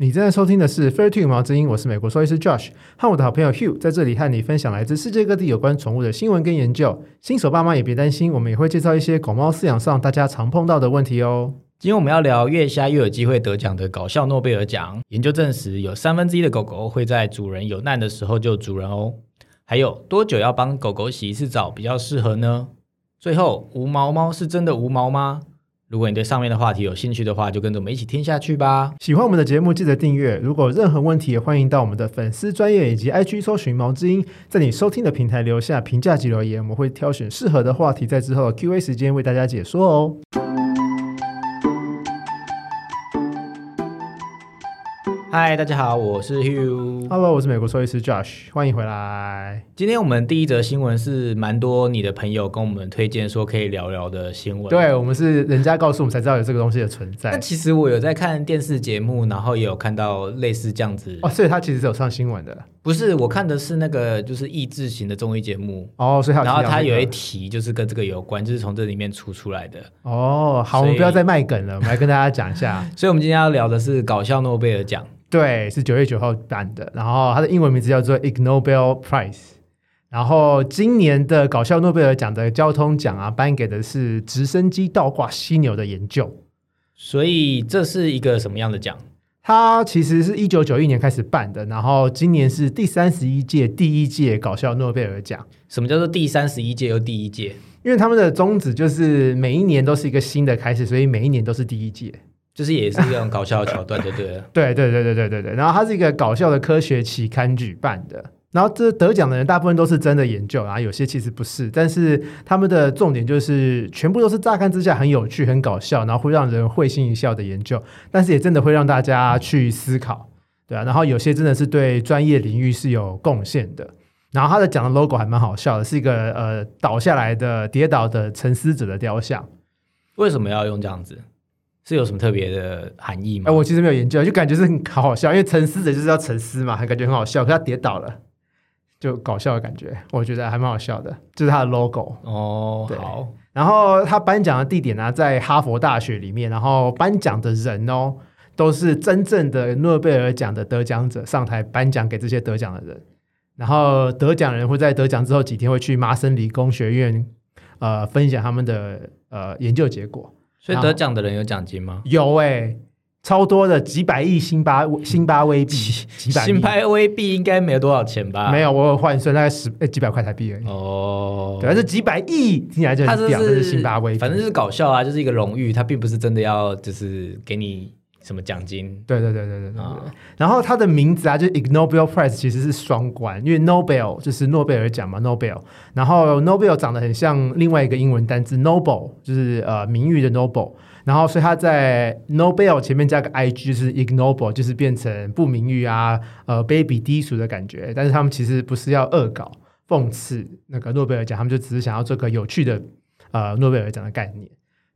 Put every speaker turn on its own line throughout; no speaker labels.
你正在收听的是《Fair t o 羽毛之音》，我是美国兽医师 Josh，和我的好朋友 Hugh 在这里和你分享来自世界各地有关宠物的新闻跟研究。新手爸妈也别担心，我们也会介绍一些狗猫饲养上大家常碰到的问题哦。
今天我们要聊越瞎越有机会得奖的搞笑诺贝尔奖。研究证实，有三分之一的狗狗会在主人有难的时候救主人哦。还有多久要帮狗狗洗一次澡比较适合呢？最后，无毛猫是真的无毛吗？如果你对上面的话题有兴趣的话，就跟着我们一起听下去吧。
喜欢我们的节目，记得订阅。如果有任何问题，也欢迎到我们的粉丝专业以及 IG 搜寻“毛之音”，在你收听的平台留下评价及留言，我们会挑选适合的话题，在之后的 Q&A 时间为大家解说哦。
嗨，大家好，我是 Hugh。
Hello，我是美国兽医师 Josh，欢迎回来。
今天我们第一则新闻是蛮多你的朋友跟我们推荐说可以聊聊的新闻。
对我们是人家告诉我们才知道有这个东西的存
那
在
其实我有在看电视节目，然后也有看到类似这样子。
哦，所以它其实是有上新闻的
不是，我看的是那个就是益智型的综艺节目，
哦，所以它有
然后
提到
它
这个
有一题就是跟这个有关，就是从这里面出出来的。
哦，好，我
所
们
以
不要再卖梗了，我们来跟大家讲一 下。
所以我们今天要聊的是搞笑诺贝尔奖。
对，是九月九号办的，然后它的英文名字叫做 Ig Nobel Prize。然后今年的搞笑诺贝尔奖的交通奖啊，颁给的是直升机倒挂犀牛的研究。
所以这是一个什么样的奖？
它其实是一九九一年开始办的，然后今年是第三十一届第一届搞笑诺贝尔奖。
什么叫做第三十一届又第一届？
因为他们的宗旨就是每一年都是一个新的开始，所以每一年都是第一届。
就是也是一种搞笑的桥段，对不对？
对对对对对对对。然后它是一个搞笑的科学期刊举办的。然后这得奖的人大部分都是真的研究，然后有些其实不是，但是他们的重点就是全部都是乍看之下很有趣、很搞笑，然后会让人会心一笑的研究，但是也真的会让大家去思考，对啊。然后有些真的是对专业领域是有贡献的。然后他的奖的 logo 还蛮好笑的，是一个呃倒下来的跌倒的沉思者的雕像。
为什么要用这样子？是有什么特别的含义
哎、
吗？
我其实没有研究，就感觉是很好好笑，因为沉思者就是要沉思嘛，还感觉很好笑。可他跌倒了，就搞笑的感觉，我觉得还蛮好笑的，这、是他的 logo。
哦，
对
好，
然后他颁奖的地点呢、在哈佛大学里面，然后颁奖的人哦，都是真正的诺贝尔奖的得奖者上台颁奖给这些得奖的人。然后得奖人会在得奖之后几天会去麻省理工学院，呃，分享他们的呃研究结果。
所以得奖的人有奖金吗？
有哎、超多的几百亿辛巴辛巴威币，几百亿
新拍微币应该没有多少钱吧？
没有，我有换算大概十、欸、几百块台币而已。
哦，
对，但是几百亿听起来就
他
很
这
屌，这
是
是辛巴威币。
反正就是搞笑啊，就是一个荣誉，他并不是真的要就是给你什么奖金
对对对对对对对。
啊。
然后它的名字啊，就是 Ig Nobel Prize，其实是双关，因为 Nobel 就是诺贝尔奖嘛，Nobel。然后 Nobel 长得很像另外一个英文单字 Noble，就是呃名誉的 Noble。然后所以它在 Nobel 前面加个 IG，就是 Ig Noble，就是变成不名誉啊，呃卑鄙低俗的感觉。但是他们其实不是要恶搞、讽刺那个诺贝尔奖，他们就只是想要做个有趣的呃诺贝尔奖的概念。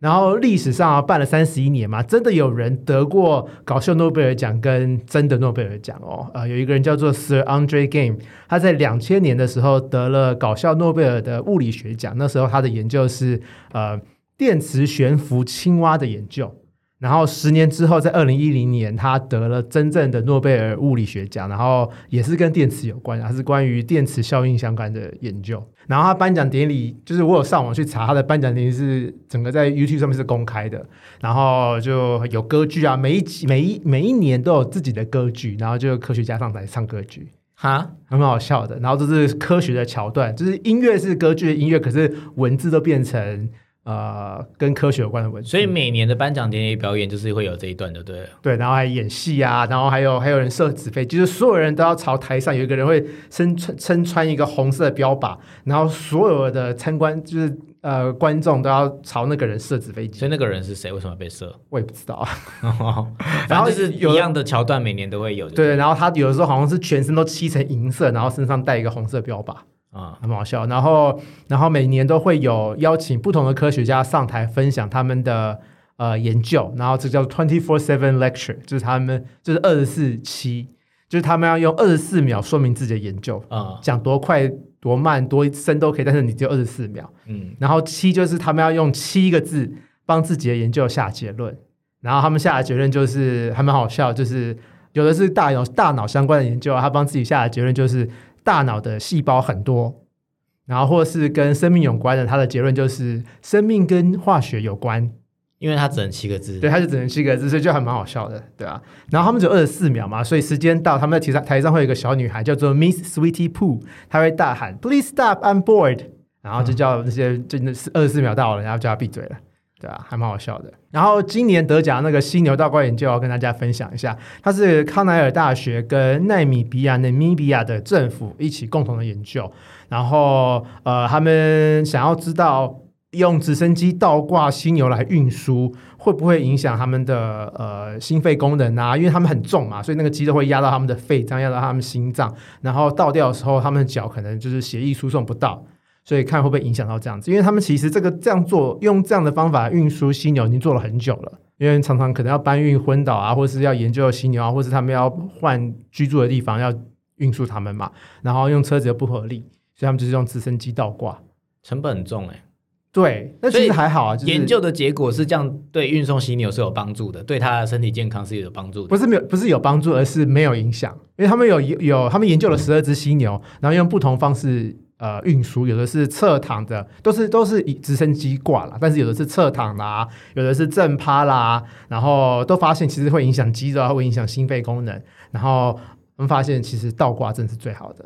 然后历史上、啊、办了三十一年嘛，真的有人得过搞笑诺贝尔奖跟真的诺贝尔奖哦。呃，有一个人叫做 Sir Andre Game，他在两千年的时候得了搞笑诺贝尔的物理学奖，那时候他的研究是呃电磁悬浮青蛙的研究。然后十年之后，在二零一零年，他得了真正的诺贝尔物理学奖，然后也是跟电磁有关的，它是关于电磁效应相关的研究。然后他颁奖典礼，就是我有上网去查他的颁奖典礼是整个在 YouTube 上面是公开的，然后就有歌剧啊，每一集每一每一年都有自己的歌剧，然后就有科学家上台唱歌剧。
哈，
很好笑的，然后这是科学的桥段，就是音乐是歌剧的音乐，可是文字都变成呃跟科学有关的文字，
所以每年的颁奖典礼表演就是会有这一段，就对了。
对，然后还演戏啊，然后还有还有人射纸飞机，就是所有人都要朝台上，有一个人会身穿身穿一个红色的标靶，然后所有的参观就是呃观众都要朝那个人射纸飞机，
所以那个人是谁？为什么要被射？
我也不知道啊。
然后就是
有
一样的桥段，每年都会有。
对，然后他有的时候好像是全身都漆成银色，然后身上带一个红色标靶，
啊，
还蛮好笑。然后然后每年都会有邀请不同的科学家上台分享他们的。呃，研究，然后这叫 twenty four seven lecture，就是他们就是二十四期，就是他们要用二十四秒说明自己的研究，
啊，
讲多快、多慢、多深都可以，但是你只有二十四秒。
嗯，
然后七就是他们要用七个字帮自己的研究下结论，然后他们下的结论就是还蛮好笑，就是有的是大脑大脑相关的研究啊，他帮自己下的结论就是大脑的细胞很多，然后或是跟生命有关的，他的结论就是生命跟化学有关。
因为它只能七个字。
对，他就只能七个字，所以就还蛮好笑的，对啊。然后他们只有二十四秒嘛，所以时间到，他们在台上台上会有一个小女孩叫做 Miss Sweetie Poo，她会大喊 “Please stop, I'm bored”，然后就叫那些真的是二十四秒到了，然后叫她闭嘴了。对啊，还蛮好笑的。然后今年得奖那个犀牛道观研究，要跟大家分享一下，它是康奈尔大学跟奈米比亚、奈米比亚的政府一起共同的研究。然后呃，他们想要知道用直升机倒挂犀牛来运输会不会影响他们的呃心肺功能啊？因为他们很重嘛，所以那个肌肉会压到他们的肺脏，压到他们心脏。然后倒掉的时候，他们的脚可能就是血液输送不到，所以看会不会影响到这样子。因为他们其实这个这样做，用这样的方法运输犀牛已经做了很久了。因为常常可能要搬运昏倒啊，或是要研究犀牛啊，或是他们要换居住的地方要运输他们嘛，然后用车子又不合理，所以他们就是用直升机倒挂。
成本很重哎、
对，那其
所以
实还好啊，就是
研究的结果是这样，对运送犀牛是有帮助的，对它的身体健康是有帮助的。
不是没有不是有帮助，而是没有影响，因为他们有有他们研究了十二只犀牛，然后用不同方式呃运输，有的是侧躺的，都是都是以直升机挂啦，但是有的是侧躺啦，有的是正趴啦，然后都发现其实会影响肌肉啊，会影响心肺功能，然后我们发现其实倒挂正是最好的，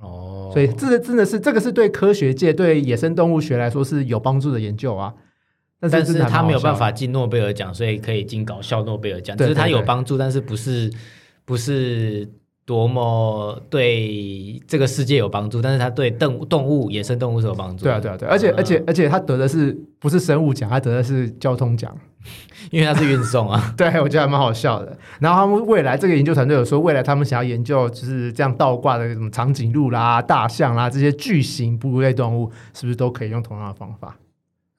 哦，
所以这个真的是这个是对科学界对野生动物学来说是有帮助的研究啊，但
但
是真
是
的还蛮
他没有
好笑
办
的
法进诺贝尔奖，所以可以进搞笑诺贝尔奖，就
对
是他
对
有
对
帮助，但是不是不是多么对这个世界有帮助，但是他对动物动物野生动物是有帮助
对
的。
啊，对啊，对啊，而且
嗯
而且而且他得的是不是生物奖，他得的是交通奖。
因为它是运送啊，
对，我觉得还蛮好笑的。然后他们未来这个研究团队有说，未来他们想要研究就是这样倒挂的什么长颈鹿啦、大象啦这些巨型哺乳类动物，是不是都可以用同样的方法？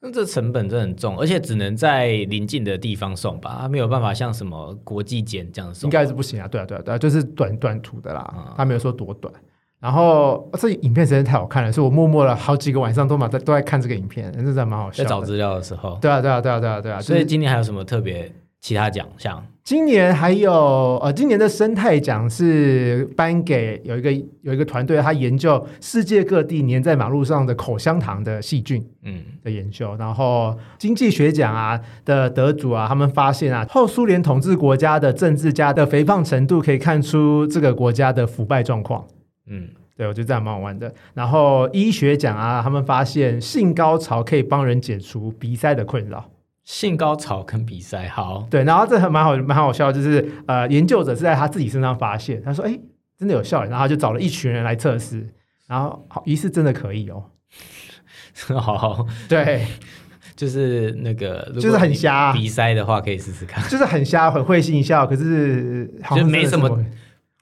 那这成本真的很重，而且只能在邻近的地方送吧，它没有办法像什么国际间这样送
应。该是不行啊。对啊，对啊，对啊，就是短短途的
嗯
啦，他没有说多短。然后这影片实在太好看了，所以我默默了好几个晚上都嘛在都在看这个影片，真的还蛮好
在
笑
找
的。
资料的时候，
对啊，对啊，对啊，对啊，对啊，
所
就是
以今年还有什么特别其他奖项？
今年还有呃，今年的生态奖是颁给有一个有一个团队，他研究世界各地粘在马路上的口香糖的细菌
嗯，
的研究。然后经济学奖啊的得主啊，他们发现啊，后苏联统治国家的政治家的肥胖程度可以看出这个国家的腐败状况。
嗯，
对，我觉得这样蛮好玩的。然后医学奖啊，他们发现性高潮可以帮人解除鼻塞的困扰。
兴高草跟比赛好，
对，然后这还蛮好，蛮好笑，就是呃，研究者是在他自己身上发现，他说：“哎，真的有效。”然后他就找了一群人来测试，然后好，疑似真的可以哦。
好，
对，
就是那个，如果
就是很瞎啊
鼻塞的话，可以试试看。
就是很瞎，很会心一笑，可是好像
就没
真的
什么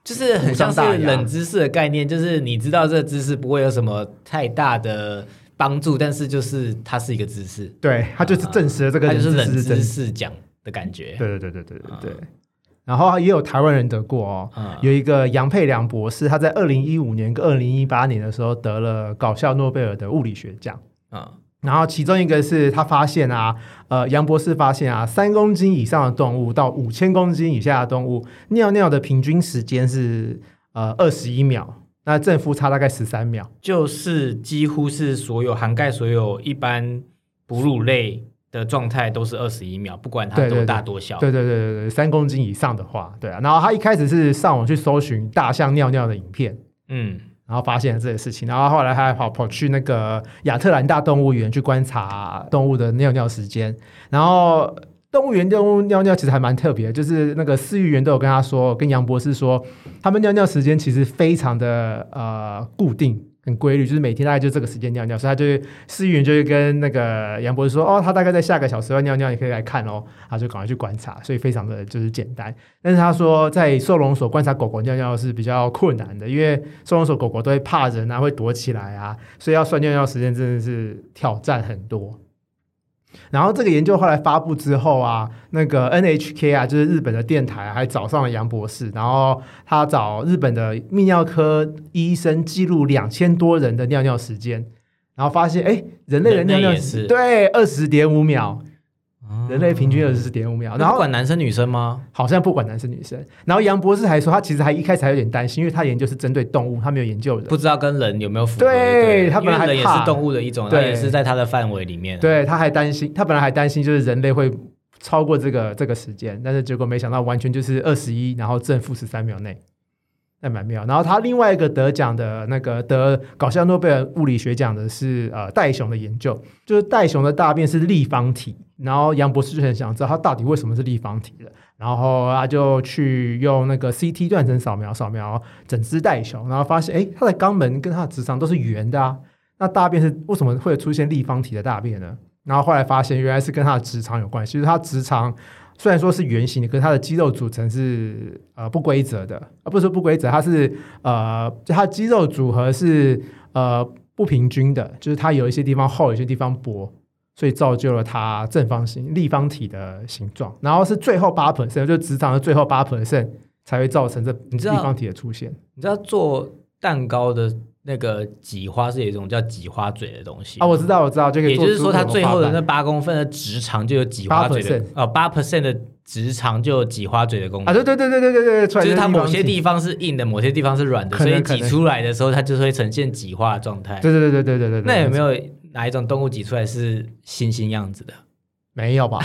就是很像
无伤大
是
雅
冷知识的概念，就是你知道这个知识不会有什么太大的帮助，但是就是它是一个知识，
对，他就是证实了这个
它啊就
人
是冷
是真
知
的。
识啊奖的感觉。
对对对对对对对。然后也有台湾人得过哦，
嗯
有一个杨佩良博士，他在二零一五年跟二零一八年的时候得了搞笑诺贝尔的物理学奖。
嗯，
然后其中一个是他发现啊，呃，杨博士发现啊，三公斤以上的动物到五千公斤以下的动物，尿尿的平均时间是呃二十一秒，那正负差大概十三秒。
就是几乎是所有涵盖所有一般哺乳类的状态都是二十一秒，不管它
对对
多
对
大多小。
对对对对对，三公斤以上的话，对啊。然后他一开始是上网去搜寻大象尿尿的影片，
嗯，
然后发现了这件事情，然后后来他还跑跑去那个亚特兰大动物园去观察动物的尿尿时间，然后动物园动物尿尿其实还蛮特别的，就是那个饲育员都有跟他说，跟杨博士说，他们尿尿时间其实非常的呃固定。很规律，就是每天大概就这个时间尿尿，所以他就饲育员就会跟那个杨博士说，哦，他大概在下个小时要尿尿，你可以来看哦，他就赶快去观察，所以非常的就是简单。但是他说，在收容所观察狗狗尿尿是比较困难的，因为收容所狗狗都会怕人啊，会躲起来啊，所以要算尿尿时间真的是挑战很多。然后这个研究后来发布之后啊，那个 NHK 啊，就是日本的电台啊、还找上了杨博士，然后他找日本的泌尿科医生记录两千多人的尿尿时间，然后发现哎，人类的
人类
尿尿
也是
对二十点五秒，人类平均二十四点五秒。然
然后
后
啊管男生女生吗？
好像不管男生女生。然后杨博士还说，他其实还一开始还有点担心，因为他研究是针对动物，他没有研究人。
不知道跟人有没有符合？
对
对
他
因
本来
为人也
还怕
是动物的一种，啊它
对
也是在它的范围里面。，啊
对，他还担心，他本来还担心就是人类会超过这个这个时间，但是结果没想到完全就是二十一，然后正负十三秒内，那蛮妙。然后他另外一个得奖的那个得搞笑诺贝尔物理学奖的是呃袋熊的研究，就是袋熊的大便是立方体，然后杨博士就很想知道它到底为什么是立方体的，然后他就去用那个 CT 断层扫描扫描整只袋熊，然后发现哎它的肛门跟它的直肠都是圆的啊。那大便是为什么会出现立方体的大便呢？然后后来发现原来是跟它的直肠有关系，就是它直肠虽然说是圆形的，可是它的肌肉组成是呃不规则的，而、不是说不规则，它是呃就它的肌肉组合是呃不平均的，就是它有一些地方厚，有些地方薄。所以造就了它正方形、立方体的形状，然后是最后八 percent，就直肠的最后八 percent 才会造成这
你知
立
道
方体的出现。
你知道做蛋糕的那个挤花是有一种叫挤花嘴的东西
啊，我知道，我知道，这个
也就是说，它最后的
那
那八公分的直肠就有挤花嘴的，呃，八 percent 的直肠就有挤花嘴的功
啊，
能。
对对对对对对对，出来
就是它
立方
某些
体
地方是硬的，某些地方是软的，
可
所
能
以挤出来的时候，它就是会呈现挤化的状态。
对对对对对对对。
那有没
有？
有哪一种动物挤出来是星星样子的？
没有吧？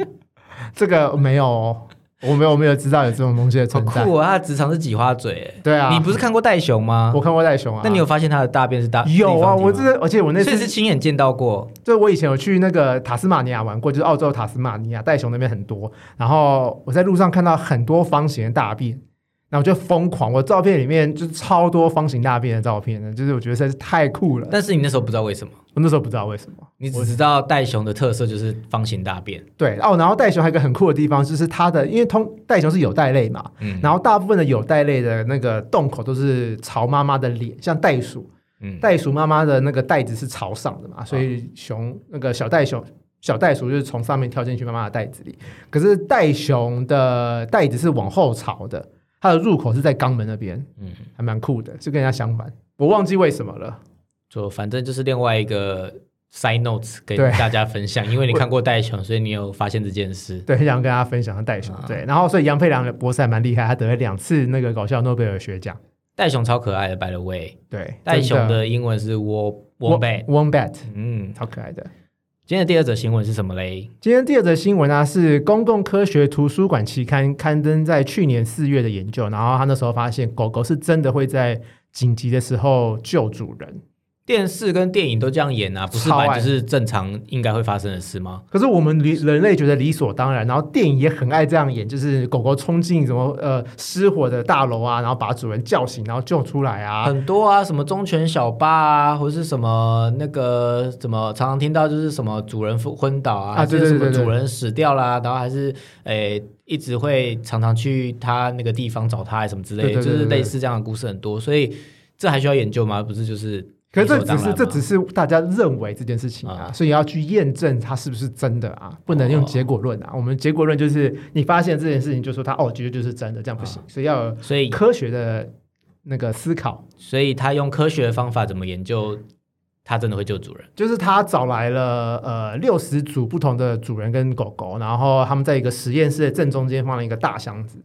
这个没有哦，我没有我没有知道有这种东西的
好
存在。
酷啊！它的直肠是挤花嘴欸，
对啊
你不是看过袋熊吗
我？看过袋熊啊，
那你有发现它的大便是大？
有啊？
立方体吗
我真的，而且我那
所以
次
是亲眼见到过。
就我以前有去那个塔斯马尼亚玩过，就是澳洲塔斯马尼亚袋熊那边很多，然后我在路上看到很多方形的大便。然后我就疯狂，我照片里面就是超多方形大便的照片呢，就是我觉得实在是太酷了。
但是你那时候不知道为什么，
呃我那时候不知道为什么，
你只知道袋熊的特色就是方形大便。
对哦，然后袋熊还有一个很酷的地方，就是它的，因为通袋熊是有袋类嘛，
嗯，
然后大部分的有袋类的那个洞口都是朝妈妈的脸，像袋鼠，
嗯哦
袋鼠妈妈的那个袋子是朝上的嘛，所以熊那个小袋熊。小袋鼠就是从上面跳进去妈妈的袋子里，可是袋熊的袋子是往后朝的，它的入口是在肛门那边，
嗯，
还蛮酷的，就跟人家相反。我忘记为什么了，
就反正就是另外一个 side notes 跟
对
大家分享，因为你看过袋熊，所以你有发现这件事。
对，很想跟大家分享袋熊。
啊
对，然后所以杨佩良的博士还蛮厉害，他得了两次那个搞笑诺贝尔学奖。
袋熊超可爱的，by the way，
对，
袋熊
真
的英文是 wo
Wom-
wombat。
wombat，
嗯，
超可爱的。
今天的第二则新闻是什么嘞？
今天第二则新闻呢、是公共科学图书馆期刊刊登在去年四月的研究，然后他那时候发现狗狗是真的会在紧急的时候救主人。
电视跟电影都这样演啊，不是
超爱
本来就是正常应该会发生的事吗？
可是我们理人类觉得理所当然，然后电影也很爱这样演，就是狗狗冲进什么呃失火的大楼啊，然后把主人叫醒，然后救出来啊。
很多啊，什么忠犬小八啊，或是什么那个怎么常常听到就是什么主人昏昏倒啊，
啊对
还
对对
是什
对
么主人死掉啦，然后还是诶、一直会常常去他那个地方找他什么之类的，
对对对
就是
对对
类似这样的故事很多，所以这还需要研究吗？不是就是
可
理
是
所
这
当然
只
吗，
是这只是大家认为这件事情啊，所以要去验证它是不是真的啊，不能用
哦
结果论啊。我们结果论就是你发现这件事情，就说它哦，绝对就是真的，这样不行，
哦
所以要有
所以
科学的那个思考，
所以他用科学的方法怎么研究，他真的会救主人？
就是他找来了呃六十组不同的主人跟狗狗，然后他们在一个实验室的正中间放了一个大箱子，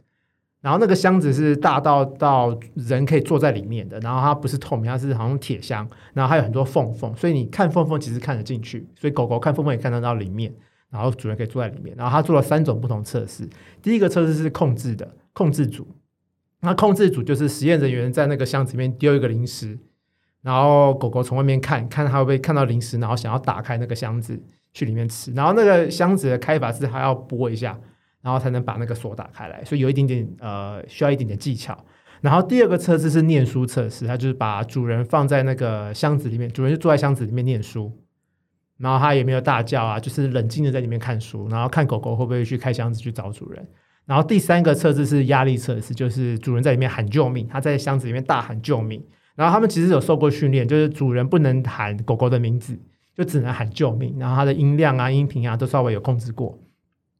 然后那个箱子是大到到人可以坐在里面的，然后它不是透明，它是好像铁箱，然后它有很多缝缝，所以你看缝缝其实看得进去，所以狗狗看缝缝也看得到里面，然后主人可以坐在里面，然后他做了三种不同测试，第一个测试是控制的控制组，那控制组就是实验人员在那个箱子里面丢一个零食，然后狗狗从外面看看它会不会看到零食，然后想要打开那个箱子去里面吃，然后那个箱子的开法是还要拨一下，然后才能把那个锁打开来，所以有一点点呃需要一点点技巧。然后第二个测试是念书测试，它就是把主人放在那个箱子里面，主人就坐在箱子里面念书，然后他也没有大叫啊，就是冷静的在里面看书，然后看狗狗会不会去开箱子去找主人。然后第三个测试是压力测试，就是主人在里面喊救命，他在箱子里面大喊救命。然后他们其实有受过训练，就是主人不能喊狗狗的名字，就只能喊救命。然后它的音量啊、音频啊都稍微有控制过，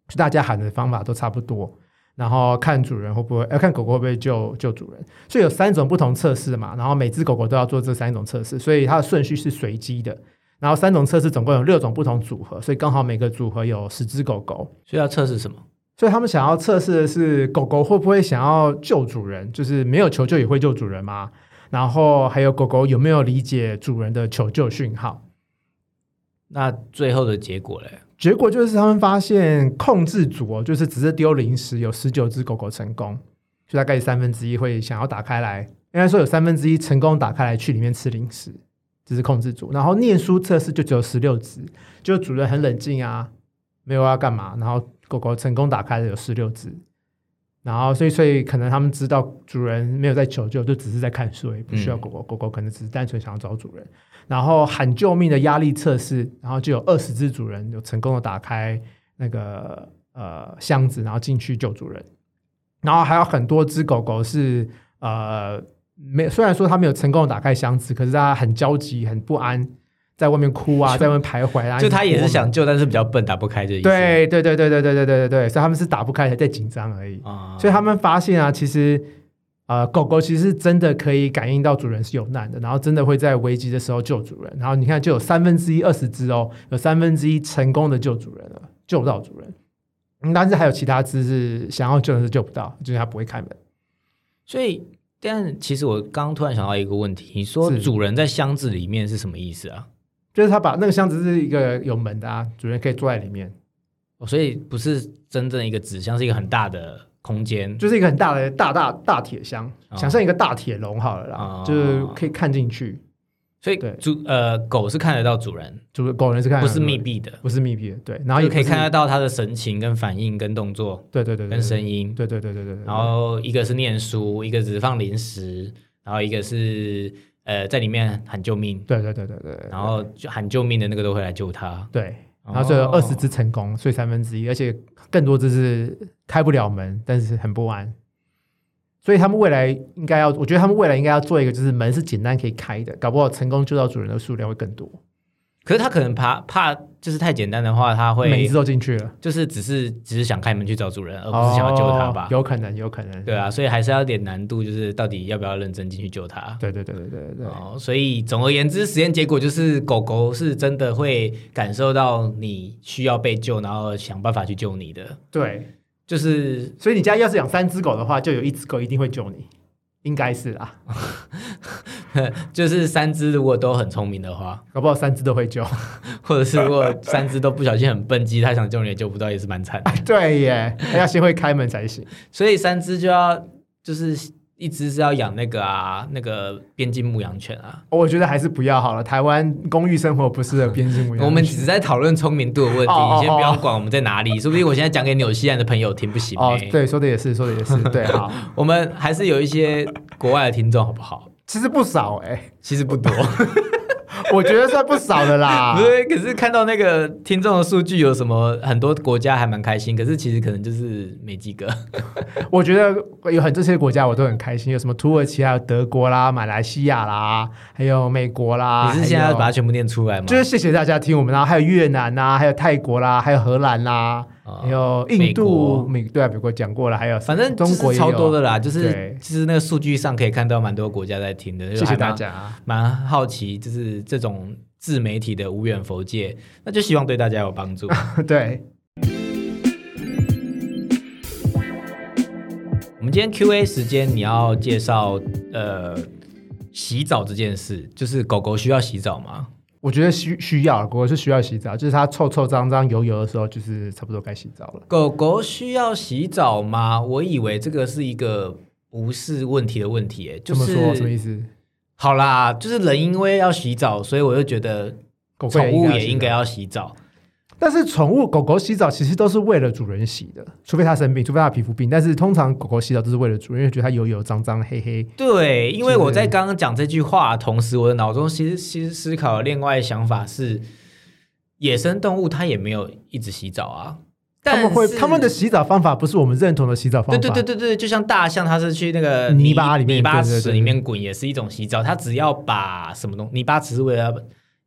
就大家喊的方法都差不多。然后看主人会不会，要、看狗狗会不会救救主人，所以有三种不同测试嘛。然后每只狗狗都要做这三种测试，所以它的顺序是随机的。然后三种测试总共有六种不同组合，所以刚好每个组合有十只狗狗。
所以要测试什么？
所以他们想要测试的是狗狗会不会想要救主人，就是没有求救也会救主人吗？然后还有狗狗有没有理解主人的求救讯号？
那最后的结果嘞？
结果就是他们发现控制组哦，就是只是丢零食，有十九只狗狗成功，就大概有三分之一会想要打开来，应该说有三分之一成功打开来去里面吃零食，这是控制组。然后念书测试就只有十六只，就主人很冷静啊，没有要干嘛，然后狗狗成功打开的有十六只，然后所以所以可能他们知道主人没有在求救，就只是在看书而已，不需要狗狗，狗狗可能只是单纯想要找主人。然后喊救命的压力测试，然后就有二十只主人有成功的打开那个呃箱子，然后进去救主人。然后还有很多只狗狗是呃没，虽然说它没有成功的打开箱子，可是它很焦急、很不安，在外面哭啊，在外面徘徊啊。
就他也是
想。
想救，但是比较笨，打不开这意思。
对对对对对对对对对对，所以他们是打不开，才在紧张而已。
啊，
所以他们发现啊，其实呃，狗狗其实是真的可以感应到主人是有难的，然后真的会在危机的时候救主人。然后你看，就有三分之一二十只哦，有三分之一成功的救主人了，救到主人。嗯但是还有其他只是想要救但是救不到，就是它不会开门。
所以，但其实我刚刚突然想到一个问题，你说
是
主人在箱子里面是什么意思啊？
就是它把那个箱子是一个有门的啊，主人可以坐在里面，
哦所以不是真正一个纸箱，是一个很大的空间。
就是一个很大的大大大铁箱，
哦
想象一个大铁笼好了啦，
哦
就是可以看进去。
所以
对
主呃狗是看得到主人，
主人狗人是看
不是
得到
密闭的，
不是密闭的，对，然后也
就可以
不是
看得到它的神情、跟反应、跟动作、
对对对对
跟声，音。
对对对对对对，
然后一个是念书，一个只是放零食，然后一个是呃在里面喊救命，
对对对对对，对
然后就喊救命的那个都会来救它。
对，然后最
哦
后二十只成功，所以三分之一，而且更多只是开不了门，但是很不安。所以他们未来应该要，我觉得他们未来应该要做一个，就是门是简单可以开的，搞不好成功救到主人的数量会更多，
可是它可能怕怕就是太简单的话，它
每一
会
只都进去了，
就是只是只是想开门去找主人，而不是想要救它吧
哦？有可能，有可能，
对啊，所以还是要有点难度，就是到底要不要认真进去救它。
对对对对对对对，
哦，所以总而言之，实验结果就是狗狗是真的会感受到你需要被救，然后想办法去救你的。
对，
就是
所以你家要是养三只狗的话，就有一只狗一定会救你，应该是啦，
就是三只如果都很聪明的话，
搞不好三只都会救。
或者是如果三只都不小心很笨鸡，它想救你也救不到，也是蛮惨 的。
对耶，还要先会开门才行。
所以三只就要就是一只是要养那个啊那个边境牧羊犬啊。
我觉得还是不要好了，台湾公寓生活不适合边境牧羊。
我们只是在讨论聪明度的问题，
哦哦哦
你先不要管我们在哪里，说不定我现在讲给纽西兰的朋友听不行、欸。
哦，对，说的也是，说的也是，对，好，
我们还是有一些国外的听众，好不好？
其实不少哎、
其实不多，
我觉得算不少的啦
不。是。可是看到那个听众的数据，有什么很多国家还蛮开心，可是其实可能就是没几个。
我觉得有很这些国家我都很开心，有什么土耳其啊、德国啦、马来西亚啦，还有美国啦。
你是现
啊
在
还
要
有
把它全部念出来吗？
就是谢谢大家听我们啦，还有越南啦、还有泰国啦，还有荷兰啦，
哦
还有印度、美对啊，美国讲过了，还有
反正就
中国
是
也
超
有
多的啦，就是
对
就是那个数据上可以看到蛮多国家在听的，就
谢谢
还
大
蛮
家。
蛮好奇，就是这种自媒体的无远佛界，那就希望对大家有帮助。
对，
我们今天 Q&A 时间，你要介绍呃洗澡这件事，就是狗狗需要洗澡吗？
我觉得需需要，狗狗是需要洗澡，就是它臭臭脏脏、油油的时候，就是差不多该洗澡了。
狗狗需要洗澡吗？我以为这个是一个不是问题的问题耶，就
怎么说？什么意
是
思？
好啦，就是人因为要洗澡，所以我就觉得
狗狗
宠物也应该
要洗
要洗澡。
澡，但是宠物狗狗洗澡其实都是为了主人洗的，除非它生病，除非它皮肤病。但是通常狗狗洗澡都是为了主人，因为觉得它油油脏脏、黑黑。
对，因为我在
是
刚刚讲这句话，同时我的脑中其实其实思考的另外想法是，野生动物它也没有一直洗澡啊，
他
但
们会
是
他们的洗澡方法不是我们认同的洗澡方
对
法。
对对对对，就像大象，它是去那个
泥巴里面
泥巴
对对对
池
对
里面滚，也是一种洗澡。它只要把什么东，泥巴池是为了要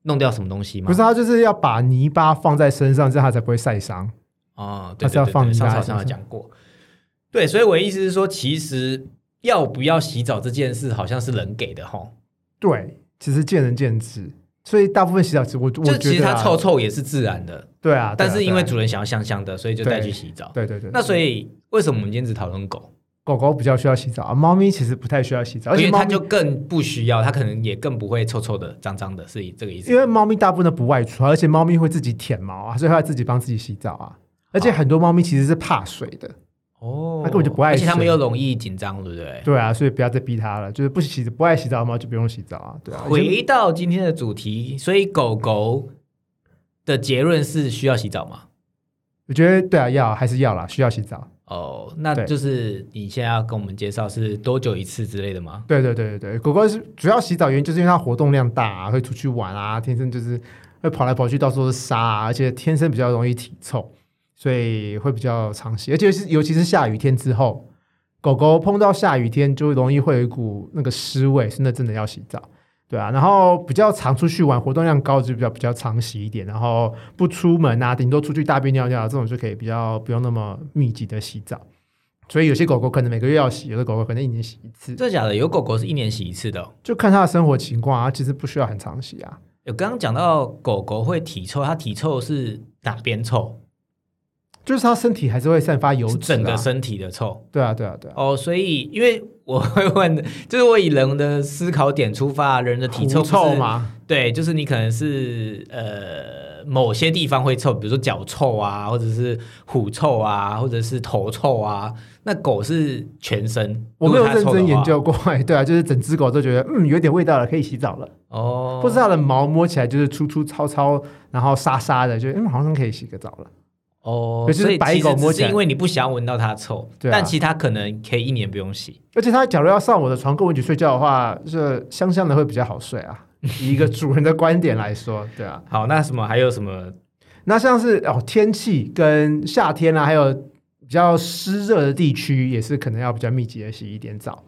弄掉什么东西吗？
不是，它就是要把泥巴放在身上，这样它才不会晒伤。
哦，对
它是要
对对
放
对
泥
上
巴
次好
在
像有
身上
讲过。对，所以我的意思是说，其实要不要洗澡这件事，好像是人给的吼。
对，其实见仁见智。所以大部分洗澡池，我我
就
觉
其实
得
它
啊
臭臭也是自然的，
对啊，
但
对啊
是因
对
为
啊
主人想要香香的，所以就带去洗澡。
对对对，
那所
以
以为什么我们今天只讨论狗？
狗狗比较需要洗澡啊，猫咪其实不太需要洗澡，而
因
且
为
猫
它
咪
就更不需要，它可能也更不会臭臭的、脏脏的，是以这个意思
因。为猫咪大部分都不外出啊，而且猫咪会自己舔毛啊，所以它会自己帮自己洗澡啊。而且很多猫咪其实是怕水的，
哦
它根本就不爱
而且它们
水
又容易紧张，对不对？
对啊，所以不要再逼它了。就是不洗不爱洗澡的猫就不用洗澡啊，对啊。而且
回到今天的主题，所以狗狗的结论是需要洗澡吗？
我觉得对啊，要还是要啦，需要洗澡。
哦，那
对
就是你现在要跟我们介绍是多久一次之类的吗？
对对对对对，狗狗是主要洗澡原因就是因为它活动量大、啊，会出去玩啊，天生就是会跑来跑去，到处都是沙、啊，而且天生比较容易体臭，所以会比较常洗。而且是尤其是下雨天之后，狗狗碰到下雨天就容易会有一股那个湿味，是那真的要洗澡。对啊，然后比较常出去玩，活动量高就比较比较常洗一点，然后不出门啊，顶多出去大便尿尿，这种就可以比较不用那么密集的洗澡。所以有些狗狗可能每个月要洗，有的狗狗可能一年洗一次。
真的假的？有狗狗是一年洗一次的哦、
就看他的生活情况啊，其实不需要很常洗啊。
有刚刚讲到狗狗会体臭，它体臭是哪边臭？
就是他身体还是会散发油
是
脂、啊，
整个身体的臭
对啊，对啊，对啊，
哦。所以因为我会问， 就是我以人的思考点出发，人的体
狐
臭不是
臭？嘛，
对，就是你可能是呃某些地方会臭，比如说脚臭啊，或者是虎臭啊，或者是头臭啊。那狗是全身，
我没有
如果它
认
臭的
真研
话
究过、哎，对啊，就是整只狗都觉得嗯有点味道了，可以洗澡了。
哦，
或是它的毛摸起来就是粗粗糙糙，然后沙沙的，就嗯好像可以洗个澡了。
哦，
就是
所以
白
其实
狗摸
只
起
是
来
因为你不想闻到它臭，
对啊
但其他可能可以一年不用洗。
而且它假如要上我的床跟我一起睡觉的话，就是香香的会比较好睡 啊。以一个主人的观点来说，对啊。
好，那什么还有什么？
那像是哦，天气跟夏天啊，还有比较湿热的地区，也是可能要比较密集的洗一点澡。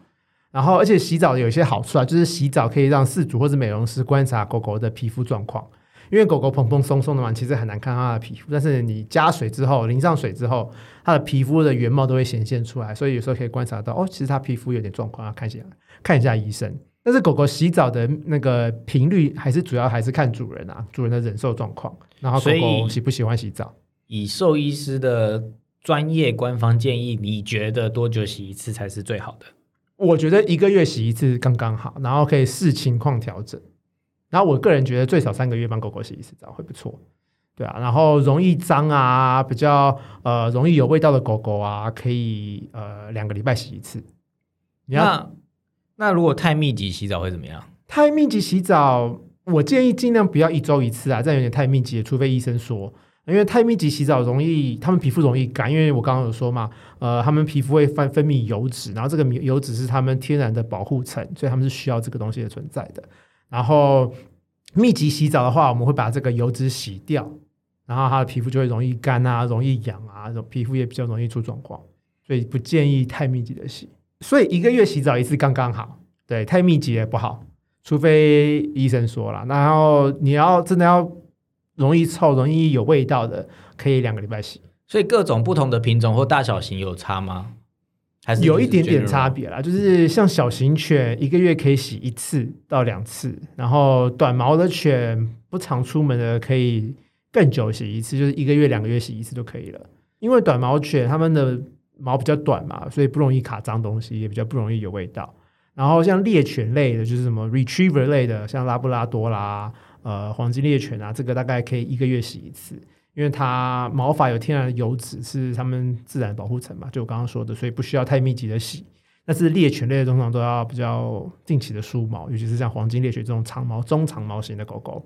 然后，而且洗澡有一些好处啊，就是洗澡可以让饲主或者美容师观察狗狗的皮肤状况，因为狗狗蓬蓬松松的嘛，其实很难看到它的皮肤。但是你加水之后，淋上水之后，它的皮肤的原貌都会显现出来，所以有时候可以观察到哦，其实它皮肤有点状况，要看一下看一下医生。但是狗狗洗澡的那个频率还是主要还是看主人啊，主人的忍受状况，然后狗
所以
狗喜不喜欢洗澡。
以兽医师的专业官方建议，你觉得多久洗一次才是最好的？
我觉得一个月洗一次刚刚好，然后可以视情况调整。然后我个人觉得最少三个月帮狗狗洗一次澡会不错，对啊。然后容易脏啊，比较呃容易有味道的狗狗啊，可以呃两个礼拜洗一次。你要
那那如果太密集洗澡会怎么样？
太密集洗澡，我建议尽量不要一周一次啊，这样有点太密集了，除非医生说。因为太密集洗澡容易，他们皮肤容易干，因为我刚刚有说嘛，呃，他们皮肤会分分泌油脂，然后这个米油脂是他们天然的保护层，所以他们是需要这个东西的存在的。然后密集洗澡的话，我们会把这个油脂洗掉，然后它的皮肤就会容易干啊，容易痒啊，皮肤也比较容易出状况，所以不建议太密集的洗。所以一个月洗澡一次刚刚好，对，太密集也不好。除非医生说了，然后你要真的要容易臭、容易有味道的，可以两个礼拜洗，
所以各种不同的品种或大小型有差吗？还是
有
就是
一点点
general？
差别啦。就是像小型犬，一个月可以洗一次到两次，然后短毛的犬不常出门的可以更久洗一次，就是一个月、两个月洗一次就可以了。因为短毛犬它们的毛比较短嘛，所以不容易卡脏东西，也比较不容易有味道。然后像猎犬类的，就是什么 retriever 类的，像拉布拉多啦、呃黄金猎犬啊，这个大概可以一个月洗一次，因为它毛发有天然的油脂，是它们自然保护层嘛，就我刚刚说的，所以不需要太密集的洗。但是猎犬类的通常都要比较定期的梳毛，尤其是像黄金猎犬这种长毛、中长毛型的狗狗。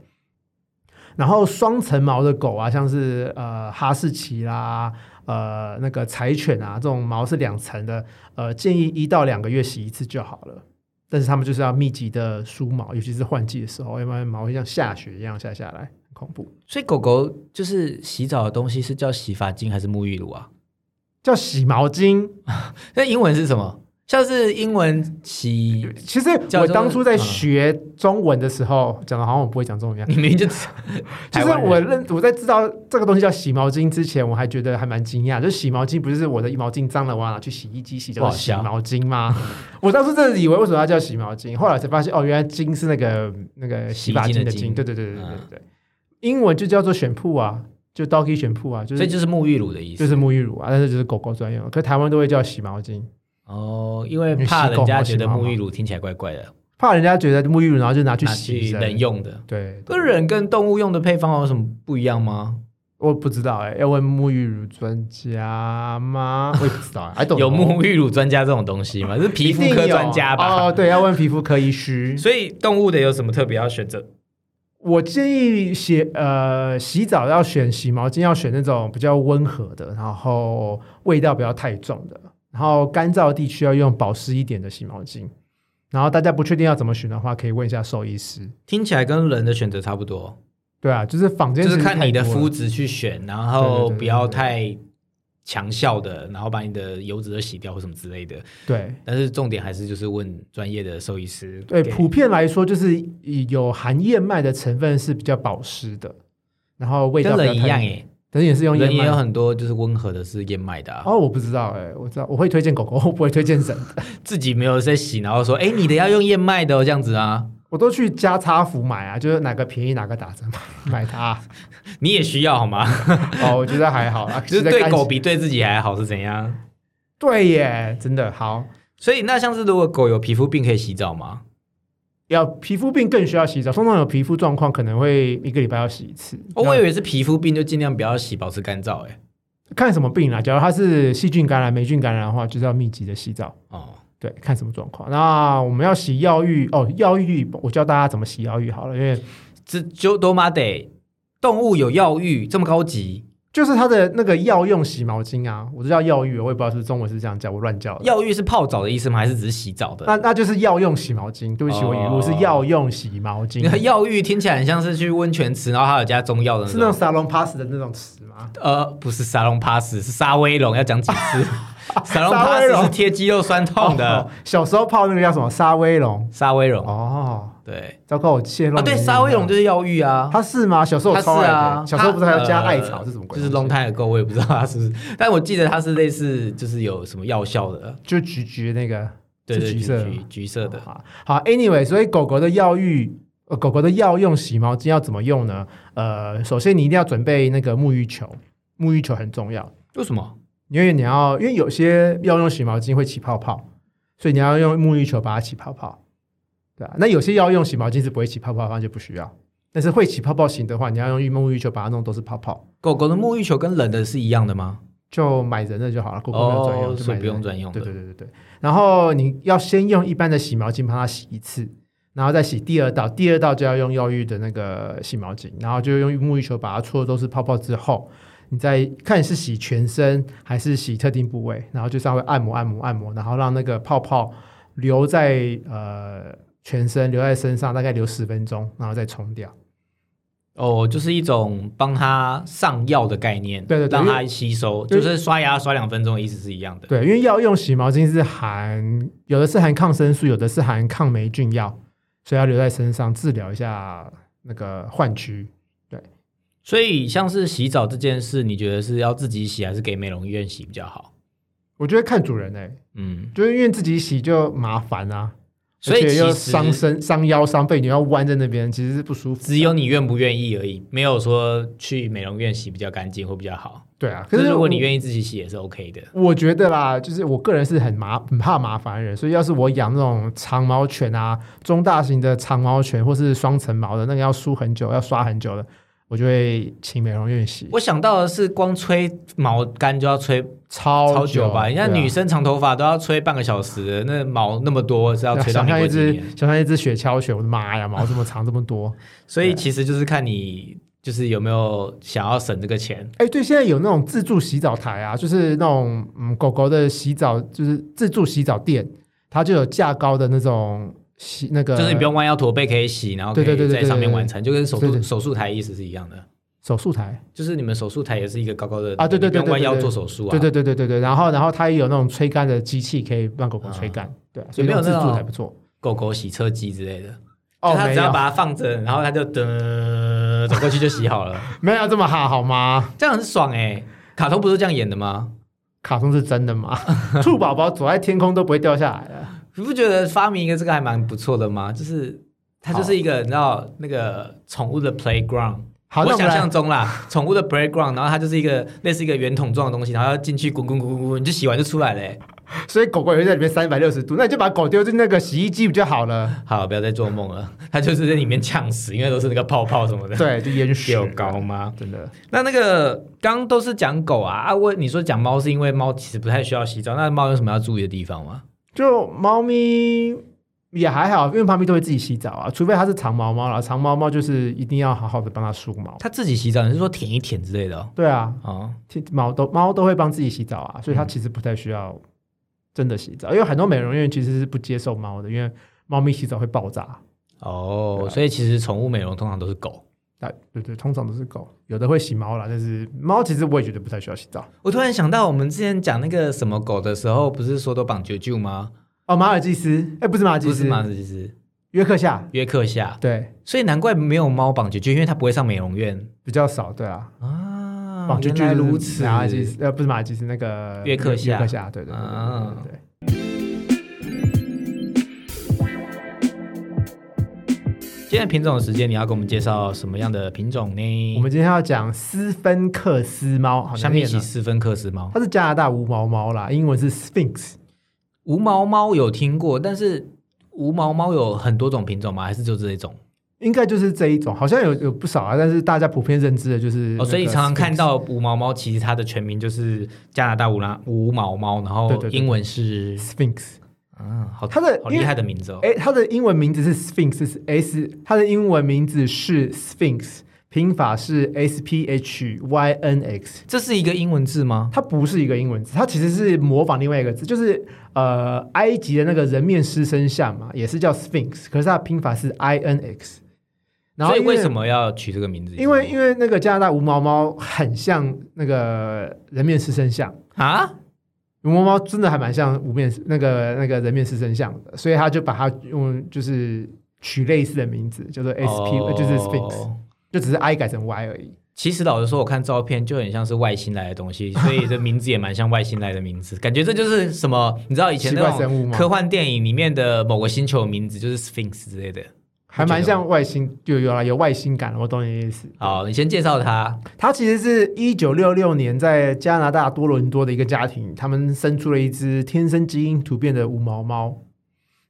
然后双层毛的狗啊，像是呃哈士奇啦、呃那个柴犬啊，这种毛是两层的，呃建议一到两个月洗一次就好了。但是它们就是要密集的梳毛，尤其是换季的时候，要不然毛会像下雪一样下下来，很恐怖。
所以狗狗就是洗澡的东西是叫洗发精还是沐浴乳啊？
叫洗毛巾，
那英文是什么？像是英文洗，
其实
叫
我
做
当初在
嗯
学中文的时候，讲的好像我不会讲中文一样。
你明明就
就
台
是
湾人
我认我在知道这个东西叫洗毛巾之前，我还觉得还蛮惊讶。就是洗毛巾不是我的毛巾脏了，我要拿去洗衣机洗，
不
叫
好
做洗
笑
毛巾吗？我当初真的以为为什么它叫洗毛巾，后来才发现哦，原来巾是那个那个洗发精的
洗衣
巾。
精的
对对对对对对
嗯
对，英文就叫做选铺啊，就 doggy 选铺啊，就
所以
是
就是沐浴乳的意思。
就是沐浴乳啊，但是就是狗狗专用的，可台湾都会叫洗毛巾，
哦，因为怕人家觉得沐浴乳听起来怪怪的，
怕人家觉得沐浴乳然后就拿去
拿
洗
去
身
人用的。
对，对
跟人跟动物用的配方有什么不一样吗？
我不知道哎、要问沐浴乳专家吗？ 我也不知道、哎，还懂
有沐浴乳专家这种东西吗？是皮肤科专家吧？
哦，对，要问皮肤科医师。
所以动物的有什么特别要选择？
我建议洗呃洗澡要选洗毛巾，要选那种比较温和的，然后味道不要太重的，然后干燥地区要用保湿一点的洗毛巾。然后大家不确定要怎么选的话，可以问一下兽医师。
听起来跟人的选择差不多，
对啊，就是坊间
就是
其实
看你的
太多
肤
了
质去选，然
对对
后
对对
不要太强效的，然后把你的油脂都洗掉或什么之类的。
对。
但是重点还是就是问专业的兽医师。
对，
给
普遍来说，就是以有含燕麦的成分是比较保湿的，然后味道
跟
不要
人一
太
样，耶，
但是也是用
人
燕
也有
麦。
很多就是温和的是燕麦的、啊，
哦，我不知道哎、我知道我会推荐狗狗， 我不会推荐人。
自己没有在洗，然后说，哎、你的要用燕麦的、哦、这样子啊，
我都去加差福买啊，就是哪个便宜哪个打折买买 它。
你也需要好吗？
哦，我觉得还好啦，
就是
实在
对
干
狗比对自己还好是怎样？
对耶，真的好。
所以那像是如果狗有皮肤病可以洗澡吗？
要皮肤病更需要洗澡，通常有皮肤状况可能会一个礼拜要洗一次。
哦，我以为是皮肤病就尽量不要洗，保持干燥、哎，
看什么病啦，假如它是细菌感染、霉菌感染的话，就是要密集的洗澡。
哦，
对，看什么状况。那我们要洗药浴哦，药浴我教大家怎么洗药浴好了，因为
这就多玛得动物有药浴这么高级，
就是它的那个药用洗毛巾啊，我就叫药浴，我也不知道是不是中文是这样叫，我乱叫的。
药浴是泡澡的意思吗？还是只是洗澡的？
那那就是药用洗毛巾，对不起，我语
哦
录是药用洗毛巾
你，看药浴听起来很像是去温泉池，然后还有加中药的
是那
那
种
种。
沙龙 pass 的那种词吗？
呃，不是沙龙 pass，是沙威龙，要讲几次？ 沙龙
沙威
pass
龙
是贴肌肉酸痛
哦
的，
小时候泡那个叫什么沙威龙？
沙威龙。
哦，
对
糟糕，我泄露
啊，对，沙威龙
就
就是药浴啊，
它是吗？小时候我
它是
超爱的
啊，
小时候不是还要加
它呃
艾草是什么鬼东西？
就是 long time ago，我也不知道它是不是，但我记得它是类似就是有什么药效的，
就橘橘那个，
对
是
对，
橘色哦
橘橘色的。
好好，anyway，所以狗狗的药浴，呃，狗狗的药用洗毛巾要怎么用呢？呃，首先你一定要准备那个沐浴球，沐浴球很重要，
为什么？
因为你要，因为有些药用洗毛巾会起泡泡，所以你要用沐浴球把它起泡泡，对啊，那有些药用洗毛巾是不会起泡泡的话就不需要，但是会起泡泡型的话，你要用沐浴球把它弄都是泡泡，
狗狗的沐浴球跟人的是一样的吗？
就买人的就好了，狗狗没有专用，
哦，
就
所
买人
以不用专用
对
的。
对对对对。然后你要先用一般的洗毛巾帮它洗一次，然后再洗第二道，第二道就要用药浴的那个洗毛巾，然后就用沐浴球把它搓得都是泡泡之后，你再看是洗全身还是洗特定部位，然后就稍微按摩按摩按摩，然后让那个泡泡留在呃全身留在身上，大概留十分钟，然后再冲掉。
哦，就是一种帮它上药的概念，
对对对
让
因
它吸收，
因
就
为
是刷牙刷两分钟的意思是一样的。
对，因为药用洗毛巾是含有的是含抗生素，有的是含抗霉菌药，所以要留在身上治疗一下那个患区。
所以像是洗澡这件事，你觉得是要自己洗还是给美容医院洗比较好？
我觉得看主人哎、
嗯，
就是因为自己洗就麻烦啊，
所以
而且又
其实
伤身、伤腰、伤背，你要弯在那边，其实是不舒服的。
只有你愿不愿意而已，没有说去美容院洗比较干净或比较好。
对啊，可
可
是
是如果你
意，
愿意自己洗也是 OK 的。
我觉得啦，就是我个人是很麻、很怕麻烦的人，所以要是我养那种长毛犬啊、中大型的长毛犬或是双层毛的，那个要梳很久、要刷很久的，我就会请美容院洗，
我想到的是，光吹毛干就要吹
超
超久吧？你看
对啊
女生长头发都要吹半个小时，那毛那么多是要吹到
想
你
象一
脖子
只
里面。
想象一只雪橇犬，我的妈呀，毛这么长这么多！
所以其实就是看你就是有没有想要省这个钱。
哎，对，现在有那种自助洗澡台啊，就是那种嗯狗狗的洗澡，就是自助洗澡店，它就有价高的那种洗那个，
就是你不用弯腰驼背可以洗，然后可
对对
以
对对
在上面
对对
完成，就跟手
对对
术手术台意思是一样的。
手术台
就是你们手术台也是一个高高的
啊对对
你不用
对对
弯腰
对
做手术啊，
对对对对对对，然后然后它也有那种吹干的机器，可以让狗狗吹
啊
干，对、啊，
有
所以
没
那
有
种自
那
助
种
还不错。
狗狗洗车机之类的，
哦，
就他
没
只要
有，
把它放着，然后它就噔走过去就洗 好了，
没有这么好好吗？
这样很爽哎、卡通不是这样演的吗？
卡通是真的 吗？兔宝宝走在天空都不会掉下来啊的。
你不觉得发明一个这个还蛮不错的
嗯
吗？就是它就是一个你知道那个宠物的 playground。
好，那
我
我们
想
来
象中啦， 宠物的 playground，然后它就是一个类似一个圆筒状的东西，然后要进去滚滚滚滚滚，你就洗完就出来嘞、
所以狗狗也会在里面三百六十度，那你就把狗丢进那个洗衣机不就好 了？
好，不要再做梦了， 它就是在里面呛死，因为都是那个泡泡什么的。，
对，就淹水
有高吗？
真的。
那那个刚刚都是讲狗啊啊，我你说讲猫是因为猫其实不太需要洗澡，那猫有什么要注意的地方吗？
就猫咪也还好，因为猫咪都会自己洗澡啊，除非它是长毛猫啦，长毛猫就是一定要好好的帮它梳毛。
它自己洗澡，你是说舔一舔之类的哦？
对啊，
哦
其猫都猫都会帮自己洗澡啊，所以它其实不太需要真的洗澡，因为很多美容院其实是不接受猫的，因为猫咪洗澡会爆炸。
哦
对啊
所以其实宠物美容通常都是狗。
啊，对对，通常都是狗，有的会洗猫啦，但是猫其实我也觉得不太需要洗澡。
我突然想到，我们之前讲那个什么狗的时候，不是说都绑啾啾吗？
哦，马尔济斯，哎，不是马尔济
不是
斯，
吗？其实
约克夏，
约克夏，
对，
所以难怪没有猫绑啾啾，因为它不会上美容院
比较少，对啊，
啊。
绑就
原来如此，
马尔济斯，呃，不是马尔济斯，那个
约克夏
约克夏，对对对对
啊
对对。
今天的品种的时间，你要给我们介绍什么样的品种呢？
我们今天要讲斯芬克斯猫，好
下
难念
面一起
啊！
斯芬克斯猫，
它是加拿大无毛猫啦，英文是 Sphinx。
无毛猫有听过，但是无毛猫有很多种品种吗？还是就这一种？
应该就是这一种，好像有有不少啊，但是大家普遍认知的就是那个
哦，所以常常
Sphinx
看到无毛猫，其实它的全名就是加拿大无拉无毛猫，然后
对对对
英文是
Sphinx。
嗯，好，
它的
好
因
厉
为
害的名字哦。
哎，它的英文名字是 Sphinx，是 S，它的英文名字是 Sphinx，拼法是 S P H Y N X。
这是一个英文字吗？
它不是一个英文字，它其实是模仿另外一个字，就是呃，埃及的那个人面狮身像嘛，也是叫 Sphinx，可是它的拼法是 I N X。然后
所以
因为
为什么要取这个名字？
因为因为那个加拿大无毛猫很像那个人面狮身像，
啊，
无毛猫真的还蛮像无面那个那个人面狮身像的，所以他就把它用就是取类似的名字，叫做 SP，、
哦
呃就是 Sphinx，就只是 I 改成 Y 而已。
其实老实说，我看照片就很像是外星来的 东西，所以这名字也蛮像外星来的名字，感觉这就是什么？你知道以前
奇
那
怪生
种
物吗？
科幻电影里面的某个星球的名字就是 Sphinx 之类的。
还蛮像外星，就有了有外星感了，我懂你的意思。
好，你先介绍它。
它其实是一九六六年在加拿大多伦多的一个家庭，他们生出了一只天生基因突变的无毛猫。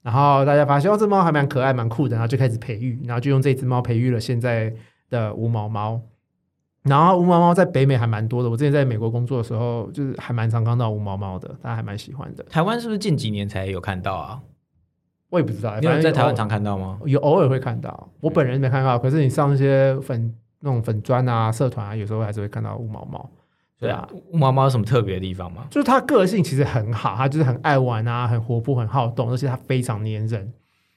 然后大家发现哦，这猫还蛮可爱、蛮酷的，然后就开始培育，然后就用这只猫培育了现在的无毛猫。然后无毛猫在北美还蛮多的，我之前在美国工作的时候，就是还蛮常看到无毛猫的，大家还蛮喜欢的。
台湾是不是近几年才有看到啊？
我也不知道，
你有
反正
在台湾
偶
常看到吗？
有偶尔会看到，我本人没看到，可是你上一些粉那种粉砖啊、社团啊，有时候还是会看到无毛猫。对啊，，
猫猫有什么特别的地方吗？
就是他个性其实很好，他就是很爱玩啊，很活泼，很好动，而且他非常粘人。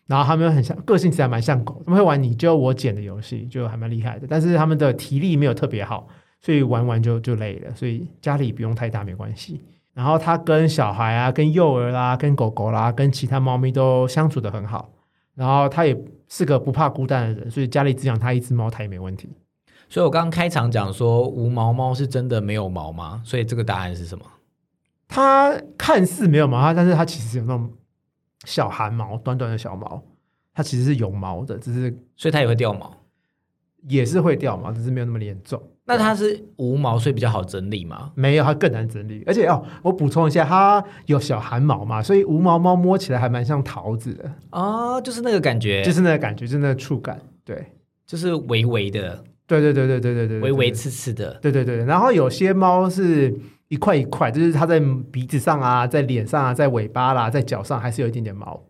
然后他们很像个性，其实还蛮像狗，他们会玩你揪我捡的游戏，就还蛮厉害的。但是他们的体力没有特别好，所以玩玩就就累了，所以家里不用太大没关系。然后他跟小孩啊、跟幼儿啦、跟狗狗啦、跟其他猫咪都相处的很好。然后他也是个不怕孤单的人，所以家里只养他一只猫，他也没问题。
所以我刚刚开场讲说无毛猫是真的没有毛吗？所以这个答案是什么？
它看似没有毛，它但是它其实有那种小汗毛，短短的小毛，它其实是有毛的，只是
所以它也会掉毛。
也是会掉毛，只是没有那么严重。
那它是无毛，所以比较好整理嘛？
没有，它更难整理。而且哦，我补充一下，它有小汗毛嘛，所以无毛猫摸起来还蛮像桃子的，
啊，就是那个感
哦
觉，
就
就是
是那个感觉，就是那个触感。对，
就是微微的、
对对对对对对对，
微微
对
刺刺的。
对对对，然后有些猫是一块一块，就是它在鼻子上啊，在脸上啊，在尾巴啦，在脚上还是有一点点毛。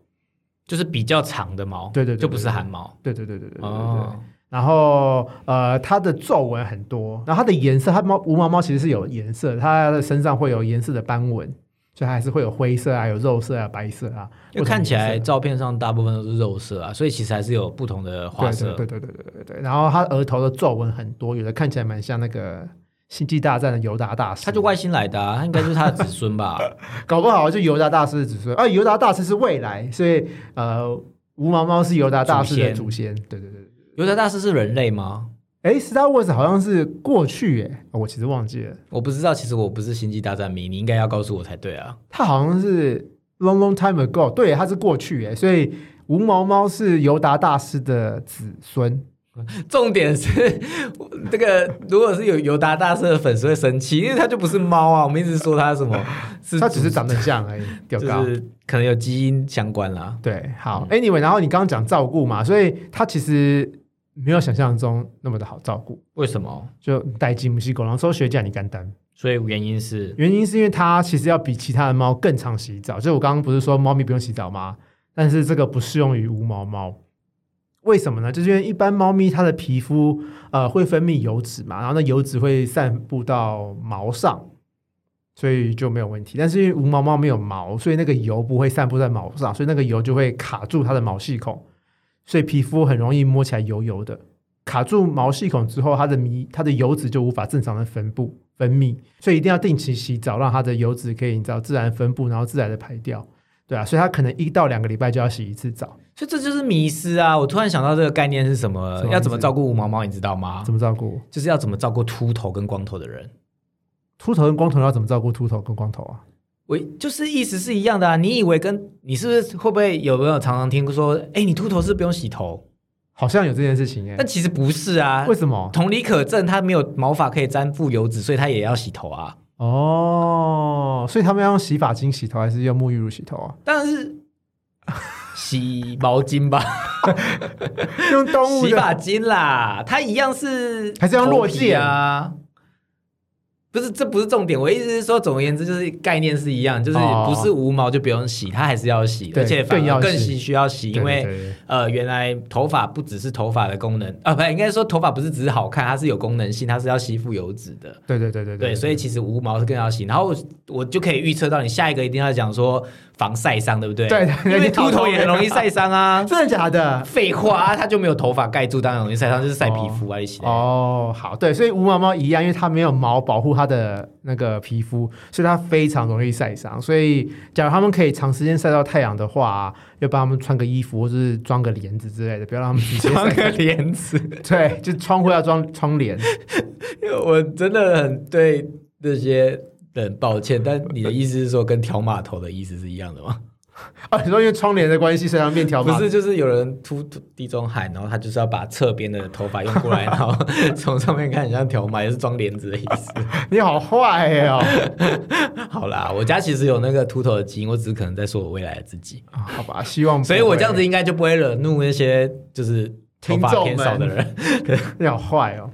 就是比较长的毛，
对对对对
就不是汗毛
对对对对对对对对。
哦。
然后呃，它的皱纹很多，然后它的颜色，它猫无毛猫其实是有颜色，它的身上会有颜色的斑纹，就它还是会有灰色啊、有肉色啊、白色啊，
因为看起来
不
照片上大部分都是肉色啊，所以其实还是有不同的
同
花
颜色
色。
对对对对对对对对。然后它额头的皱纹很多，有的看起来蛮像那个《星际大战》的尤达大师，
他就外星来的、啊，他应该就是他的子孙吧？
搞不好就尤达大师的子孙啊，尤达大师是未来，所以呃，无毛猫是尤达大师的祖
祖
先。对对对对，
犹太大师是人类吗？
哎，Star Wars 好像是过去耶，哦我其实忘记了，
我不知道，其实我不是星际大战迷，你应该要告诉我才对啊。
它好像是 long long time ago，对，它是过去耶，所以无毛猫是尤达大师的子孙。
重点是 这个，如果是有尤达大师的粉丝会生气，因为他就不是猫啊，我们一直说他什么，是
它只是长得很像而已，屌
就
高。
是可能有基因相关啦。
对，好，Anyway，然后你刚刚讲照顾嘛，所以它其实没有想象中那么的好照顾，
为什么？
就带吉姆西狗，然后收学甲你干单。
所以原因是
原因是因为它其实要比其他的猫更常洗澡，就我刚刚不是说猫咪不用洗澡吗？但是这个不适用于无毛猫，为什么呢？就是因为一般猫咪它的皮肤呃会分泌油脂嘛，然后那油脂会散布到毛上，所以就没有问题。但是因为无毛猫没有毛，所以那个油不会散布在毛上，所以那个油就会卡住它的毛细孔，所以皮肤很容易摸起来油油的。卡住毛细孔之后，它的迷它的油脂就无法正常的分布分泌，所以一定要定期洗澡，让它的油脂可以你知道自然分布，然后自然的排掉，对啊，所以它可能一到两个礼拜就要洗一次澡，
所以这就是迷失啊！我突然想到这个概念是什么？
什么意思
要怎么照顾无毛猫，你知道吗？
怎么照顾？
就是要怎么照顾秃头跟光头的人。
秃头跟光头要怎么照顾秃头跟光头啊？
我就是意思是一样的啊！你以为跟你是不是会不会有没有常常听说，哎，你秃头是不用洗头？
好像有这件事情哎、
但其实不是啊
为。什么？
同理可证，他没有毛发可以粘附油脂，所以他也要洗头啊。
哦，所以他们要用洗发精洗头，还是用沐浴乳洗头啊？
但是洗毛巾吧，
用动物
洗
的
发精啦，它一样是
哦还是要落
头皮
剑
啊。不是，这不是重点。我意思是说，总而言之，就是概念是一样，就是
哦
不是无毛就不用洗，它还是要洗，
对
而且反
更
而
要洗
更需需要洗，因为
对对对
呃，原来头发不只是头发的功能啊，不，应该说头发不是只是好看，它是有功能性，它是要吸附油脂的。
对对对对
对，所
以
以其实无毛是更要洗，然后我就可以预测到你下一个一定要讲说防晒伤，对不对？
对对
因为
你
秃头也很容易晒伤啊。
真的假的？
废话、啊，它就没有头发盖住，当然容易晒伤，就是晒皮肤啊，一起的。
哦，好，对，所以无毛猫一样，因为它没有毛保护它的那个皮肤，所以它非常容易晒伤。所以，假如它们可以长时间晒到太阳的话、要帮它们穿个衣服，或是装个帘子之类的，不要让它们直 接
装
晒。
个帘子，
对，就窗户要装窗帘。
我真的很对这些人抱歉，但你的意思是说跟挑码头的意思是一样的吗？
啊，你说因为窗帘的关系，所以它们变条
不
码？
是，就是有人秃秃地中海，然后他就是要把侧边的头发用过来，然后从上面看很像条码，也是装帘子的意思。
你好坏哦、
好啦，我家其实有那个秃头的基因，我只是可能在说我未来的自 己，
啊好吧，希望不
所以我这样
会
子应该就不会惹怒那些就是头发偏少的人。
你好坏哦、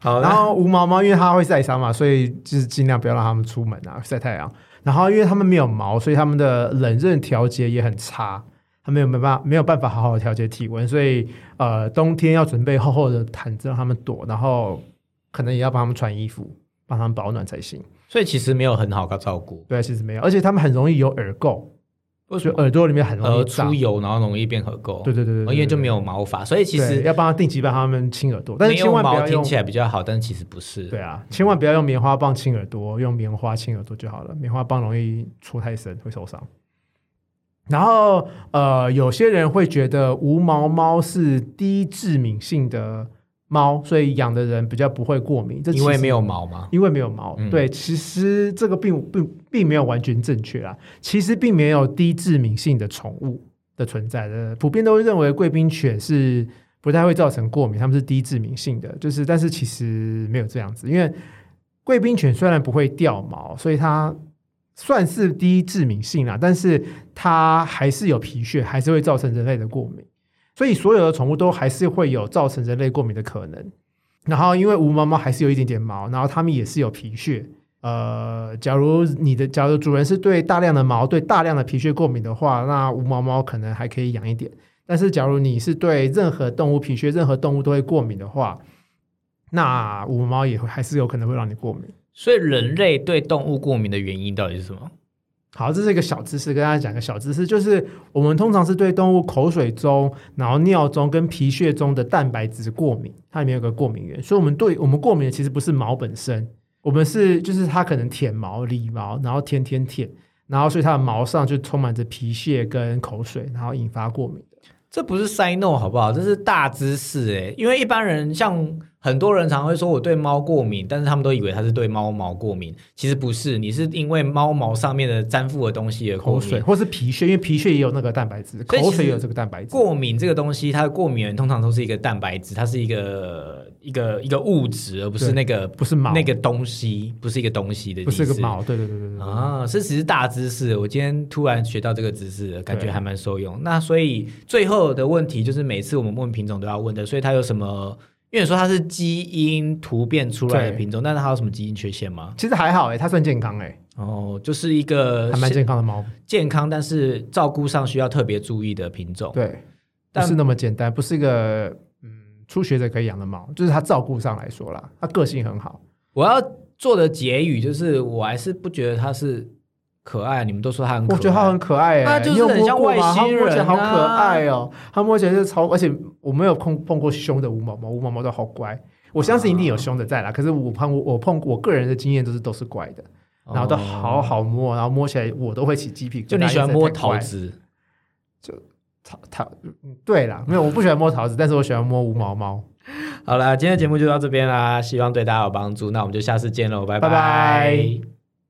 好，
然
然后
后无毛猫因为它会晒伤嘛，所以就是尽量不要让它们出门啊，晒太阳。然后因为它们没有毛，所以它们的冷热调节也很差，它们有没办法没有办法好好地调节体温，所以呃冬天要准备厚厚的毯子让它们躲，然后可能也要帮它们穿衣服，帮它们保暖才行。
所以其实没有很好的照顾，
对，啊其实没有，而且它们很容易有耳垢，
为
就耳朵里面很容
呃
易
出
长。
油，然后容易变合垢，
对对对对
哦
对，
因为就
对
没有毛发，所以其
对
实
要帮它定期帮它们清耳朵，但
没
是千
有
万不
毛
要
听
用
起来比较好，但是其实不是。
对啊，千万不要用棉花棒清耳朵，用棉花清耳朵就好了。棉花棒容易戳太深，会受伤。然后呃，有些人会觉得无毛猫是低致敏性的猫，所以养的人比较不会过敏。这其
因为
实
没有毛嘛。
因为没有毛，
嗯
对，其实这个并并并没有完全正确啦。其实并没有低致敏性的宠物的存在的，普遍都会认为贵宾犬是不太会造成过敏，它们是低致敏性的，就是但是其实没有这样子，因为贵宾犬虽然不会掉毛，所以它算是低致敏性啦，但是它还是有皮屑，还是会造成人类的过敏。所以所有的宠物都还是会有造成人类过敏的可能。然后因为无毛猫还是有一点点毛，然后它们也是有皮屑。呃，假如你的假如主人是对大量的毛、对大量的皮屑过敏的话，那无毛猫可能还可以养一点。但是假如你是对任何动物皮屑、任何动物都会过敏的话，那无毛猫也会还是有可能会让你过敏。
所以人类对动物过敏的原因到底是什么？
好，这是一个小知识，跟大家讲个小知识，就是我们通常是对动物口水中、然后尿中跟皮屑中的蛋白质过敏，它里面有个过敏源，所以我们对我们过敏的其实不是毛本身，我们是就是它可能舔毛、理毛，然后舔舔舔，然后所以它的毛上就充满着皮屑跟口水，然后引发过敏。
这不是 say no 好不好？这是大知识哎、因为一般人像很多人常会说我对猫过敏，但是他们都以为他是对猫毛过敏，其实不是，你是因为猫毛上面的粘附的东西而过
口
敏
水。或是皮屑，因为皮屑也有那个蛋白质，
所以其实
口水也有这个蛋白质。
过敏这个东西，它的过敏源通常都是一个蛋白质，它是一个一个一个物质，而不是
对
那个
不是毛
那个东西，不是一个东西的意
不
思，
是个毛，对对对对对。
啊，这只是大知识，我今天突然学到这个知识了，感觉
对
还蛮受用。那所以最后的问题就是，每次我们问品种都要问的，所以它有什么？因为你说它是基因突变出来的
对
品种，但是它有什么基因缺陷吗？
其实还好哎、它算健康哎、
哦，就是一个
还蛮健康的猫。
健康，但是照顾上需要特别注意的品种。
对，不
但
是那么简单，不是一个嗯初学者可以养的猫，就是它照顾上来说啦，它个性很好。
我要做的结语就是，我还是不觉得它是可爱。你们都说它很可
我
爱，
觉得它很可爱、欸，
它就是
你有摸
很像
过
外
吗它
星
摸起来
人
好可
啊
爱哦、它摸起来就是超，而且我没有碰碰过凶的无毛猫，无毛猫都好乖。我相信一定
啊
有凶的在啦，可是我碰我碰我个人的经验都是都是乖的，然后都好
哦，
好摸，然后摸起来我都会起鸡皮疙瘩。
就你喜欢
因为
摸
实在太乖
桃
了
子。
桃桃，嗯对啦，没有，我不喜欢摸桃子，但是我喜欢摸无毛猫。
好了，今天的节目就到这边啦，希望对大家有帮助。那我们就下次见喽，拜
拜拜